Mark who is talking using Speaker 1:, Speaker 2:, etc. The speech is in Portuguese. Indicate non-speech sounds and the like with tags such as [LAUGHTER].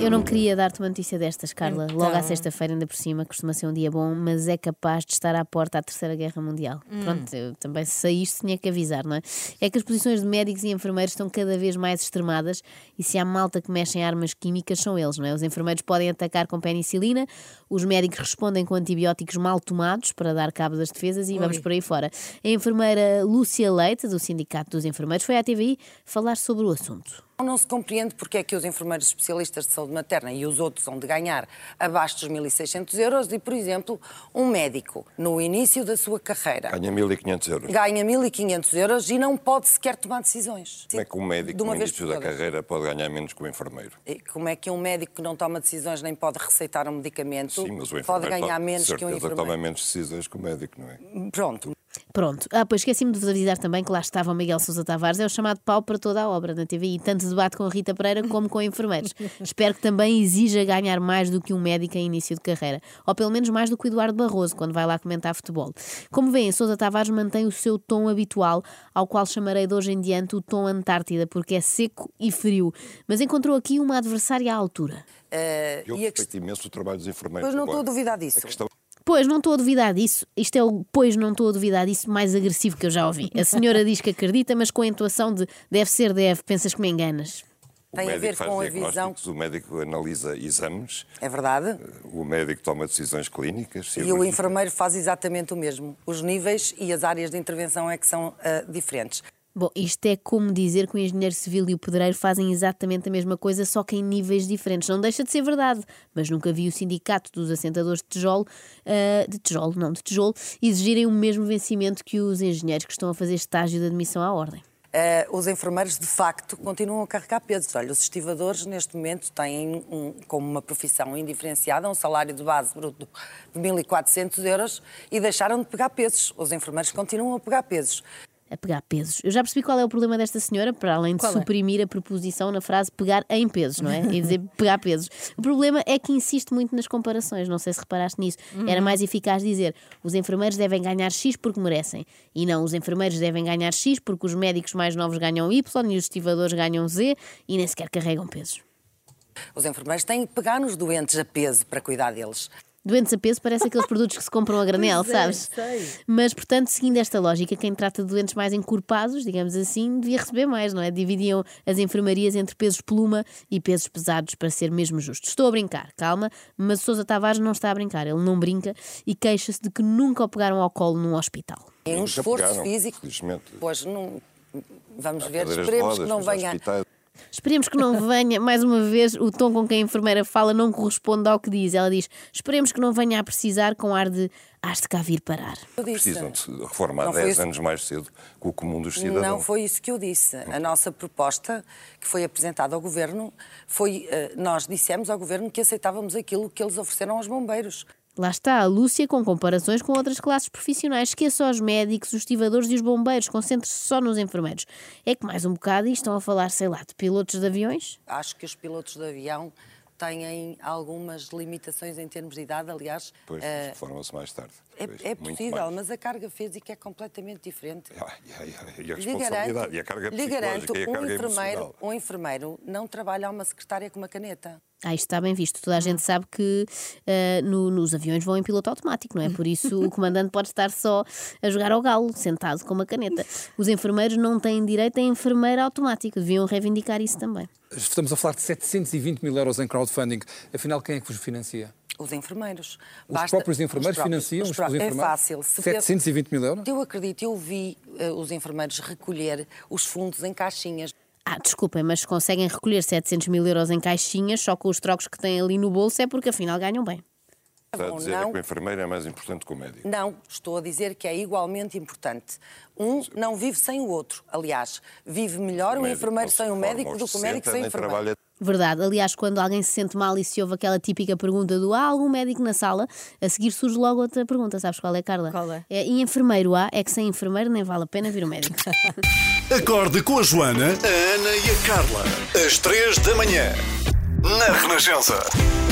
Speaker 1: Eu não queria dar-te uma notícia destas, Carla. Logo à sexta-feira, ainda por cima, costuma ser um dia bom, mas é capaz de estar à porta a Terceira Guerra Mundial. Pronto, eu também se saíste, tinha que avisar, não é? É que as posições de médicos e enfermeiros estão cada vez mais extremadas e se há malta que mexe em armas químicas, são eles, não é? Os enfermeiros podem atacar com penicilina, os médicos respondem com antibióticos mal tomados para dar cabo das defesas e vamos por aí fora. A enfermeira Lúcia Leite, do Sindicato dos Enfermeiros, foi à TVI falar sobre o assunto.
Speaker 2: Não se compreende porque é que os enfermeiros especialistas de saúde materna e os outros são de ganhar abaixo dos 1.600 euros e, por exemplo, um médico, no início da sua carreira,
Speaker 3: Ganha 1.500 euros.
Speaker 2: ganha 1.500 euros e não pode sequer tomar decisões.
Speaker 3: Como é que um médico
Speaker 2: De uma
Speaker 3: no
Speaker 2: vez
Speaker 3: início
Speaker 2: por
Speaker 3: da
Speaker 2: todas.
Speaker 3: carreira pode ganhar menos que um enfermeiro?
Speaker 2: E Como é que um médico que não toma decisões nem pode receitar um medicamento
Speaker 3: Sim, mas o enfermeiro
Speaker 2: pode ganhar menos que um
Speaker 3: certeza toma
Speaker 2: enfermeiro?
Speaker 3: menos decisões que o médico, não é?
Speaker 2: Pronto,
Speaker 1: Pronto. Ah, pois esqueci-me de vos avisar também que lá estava o Miguel Sousa Tavares, é o chamado pau para toda a obra na TVI, tanto debate com a Rita Pereira como com enfermeiros. Espero que também exija ganhar mais do que um médico em início de carreira, ou pelo menos mais do que o Eduardo Barroso, quando vai lá comentar futebol. Como veem, Sousa Tavares mantém o seu tom habitual, ao qual chamarei de hoje em diante o tom Antártida, porque é seco e frio, mas encontrou aqui uma adversária à altura.
Speaker 3: Eu
Speaker 2: Eh, e a
Speaker 3: respeito imenso o trabalho dos enfermeiros.
Speaker 2: Pois não estou a
Speaker 3: Agora,
Speaker 2: duvidar disso.
Speaker 3: A questão
Speaker 1: Pois, não estou a duvidar disso. Isto é o pois, não estou a duvidar disso mais agressivo que eu já ouvi. A senhora diz que acredita, mas com a entoação de deve ser, deve, pensas que me enganas.
Speaker 3: o
Speaker 2: Tem a
Speaker 3: médico
Speaker 2: ver
Speaker 3: faz
Speaker 2: com a
Speaker 3: diagnósticos, O médico analisa exames,
Speaker 2: É verdade?
Speaker 3: o médico toma decisões clínicas.
Speaker 2: E o
Speaker 3: cirúrgicas.
Speaker 2: enfermeiro faz exatamente o mesmo. Os níveis e as áreas de intervenção é que são ah, diferentes.
Speaker 1: Bom, isto é como dizer que o engenheiro civil e o pedreiro fazem exatamente a mesma coisa, só que em níveis diferentes. Não deixa de ser verdade, mas nunca vi o sindicato dos assentadores de tijolo, ah, de tijolo, não, de tijolo, exigirem o mesmo vencimento que os engenheiros que estão a fazer estágio de admissão à ordem.
Speaker 2: Eh, os enfermeiros, de facto, continuam a carregar pesos. Olha, os estivadores, neste momento, têm um- como uma profissão indiferenciada um salário de base bruto de 1.400 euros e deixaram de pegar pesos. Os enfermeiros continuam a pegar pesos.
Speaker 1: a pegar pesos. Eu já percebi qual é o problema desta senhora, para além de
Speaker 4: Qual é?
Speaker 1: suprimir a preposição na frase pegar em pesos, não é? E
Speaker 4: [LAUGHS]
Speaker 1: dizer pegar pesos. O problema é que insiste muito nas comparações, não sei se reparaste nisso.
Speaker 4: Uhum.
Speaker 1: Era mais eficaz dizer os enfermeiros devem ganhar X porque merecem. E não, os enfermeiros devem ganhar X porque os médicos mais novos ganham Y e os estivadores ganham Z e nem sequer carregam pesos.
Speaker 2: Os enfermeiros têm que pegar nos doentes a peso para cuidar deles.
Speaker 1: Doentes a peso parece aqueles produtos que se compram a granel,
Speaker 4: Pois é,
Speaker 1: sabes?
Speaker 4: sei.
Speaker 1: Mas, portanto, seguindo esta lógica, quem trata de doentes mais encorpados, digamos assim, devia receber mais, não é? Dividiam as enfermarias entre pesos pluma e pesos pesados para ser mesmo justo. Estou a brincar, calma, mas Sousa Tavares não está a brincar, ele não brinca e queixa-se de que nunca o pegaram ao colo num hospital.
Speaker 2: É um
Speaker 3: Nunca
Speaker 2: esforço
Speaker 3: pegaram,
Speaker 2: físico.
Speaker 3: Felizmente.
Speaker 2: Pois, não... vamos ver,
Speaker 3: Cadeiras de
Speaker 2: esperemos
Speaker 3: rodas,
Speaker 2: que não
Speaker 3: nos
Speaker 2: venha.
Speaker 3: hospitais.
Speaker 1: Esperemos que não [LAUGHS] venha, mais uma vez, o tom com que a enfermeira fala não corresponde ao que diz. Ela diz: esperemos que não venha a precisar com ar de has de cá vir parar.
Speaker 2: Eu disse-
Speaker 3: Precisam de se reformar
Speaker 2: Não foi
Speaker 3: 10
Speaker 2: isso.
Speaker 3: anos mais cedo que o comum dos
Speaker 2: Não
Speaker 3: cidadãos.
Speaker 2: foi isso que eu disse. A nossa proposta, que foi apresentada ao Governo, foi. eh, Nós dissemos ao Governo que aceitávamos aquilo que eles ofereceram aos bombeiros.
Speaker 1: Lá está a Lúcia com comparações com outras classes profissionais. Esqueça os médicos, os estivadores e os bombeiros. Concentre-se só nos enfermeiros. É que mais um bocado e estão a falar, sei lá, de pilotos de aviões?
Speaker 2: Acho que os pilotos de avião têm algumas limitações em termos de idade, aliás.
Speaker 3: Pois,
Speaker 2: eh,
Speaker 3: reformam-se mais tarde.
Speaker 2: é,
Speaker 3: Pois,
Speaker 2: é
Speaker 3: muito
Speaker 2: possível,
Speaker 3: mais.
Speaker 2: mas a carga física é completamente diferente.
Speaker 3: Ai, ai, ai, E a
Speaker 2: Lhe garanto,
Speaker 3: responsabilidade, e a carga
Speaker 2: lhe garanto,
Speaker 3: psicológica, e a
Speaker 2: um
Speaker 3: carga
Speaker 2: enfermeiro,
Speaker 3: emocional.
Speaker 2: um enfermeiro não trabalha a uma secretária com uma caneta.
Speaker 1: Ah, isto está bem visto. Toda a gente sabe que ah, no- nos aviões vão em piloto automático, não é? Por isso o comandante pode estar só a jogar ao galo, sentado com uma caneta. Os enfermeiros não têm direito a enfermeiro automático. Deviam reivindicar isso também.
Speaker 5: Estamos a falar de 720 mil euros em crowdfunding. Afinal, quem é que vos financia?
Speaker 2: Os enfermeiros.
Speaker 5: Os próprios enfermeiros financiam os
Speaker 2: próprios.
Speaker 5: enfermeiros?
Speaker 2: É fácil. Se
Speaker 5: 720 mil euros?
Speaker 2: Eu acredito, eu vi eh, os enfermeiros recolher os fundos em caixinhas.
Speaker 1: Ah, desculpem, mas se conseguem recolher 700 mil euros em caixinhas só com os trocos que têm ali no bolso é porque afinal ganham bem.
Speaker 3: Está a
Speaker 2: Ou
Speaker 3: dizer é
Speaker 2: não,
Speaker 3: que é- o enfermeiro é mais importante que o médico.
Speaker 2: não, estou a dizer que é igualmente importante. Um não vive sem o outro. Aliás, vive melhor o,
Speaker 3: médico
Speaker 2: enfermeiro
Speaker 3: não se
Speaker 2: sem o
Speaker 3: forma
Speaker 2: médico
Speaker 3: aos
Speaker 2: do que o médico
Speaker 3: 60,
Speaker 2: sem o
Speaker 3: nem
Speaker 2: enfermeiro.
Speaker 3: trabalha
Speaker 1: Verdade. Aliás, quando alguém se sente mal e se ouve aquela típica pergunta do há algum médico na sala, a seguir surge logo outra pergunta. Sabes qual é, Carla?
Speaker 4: Qual é?
Speaker 1: E enfermeiro há, é que sem enfermeiro nem vale a pena vir o médico.
Speaker 6: Acorde com a Joana, a Ana e a Carla. Às três da manhã. Na Renascença.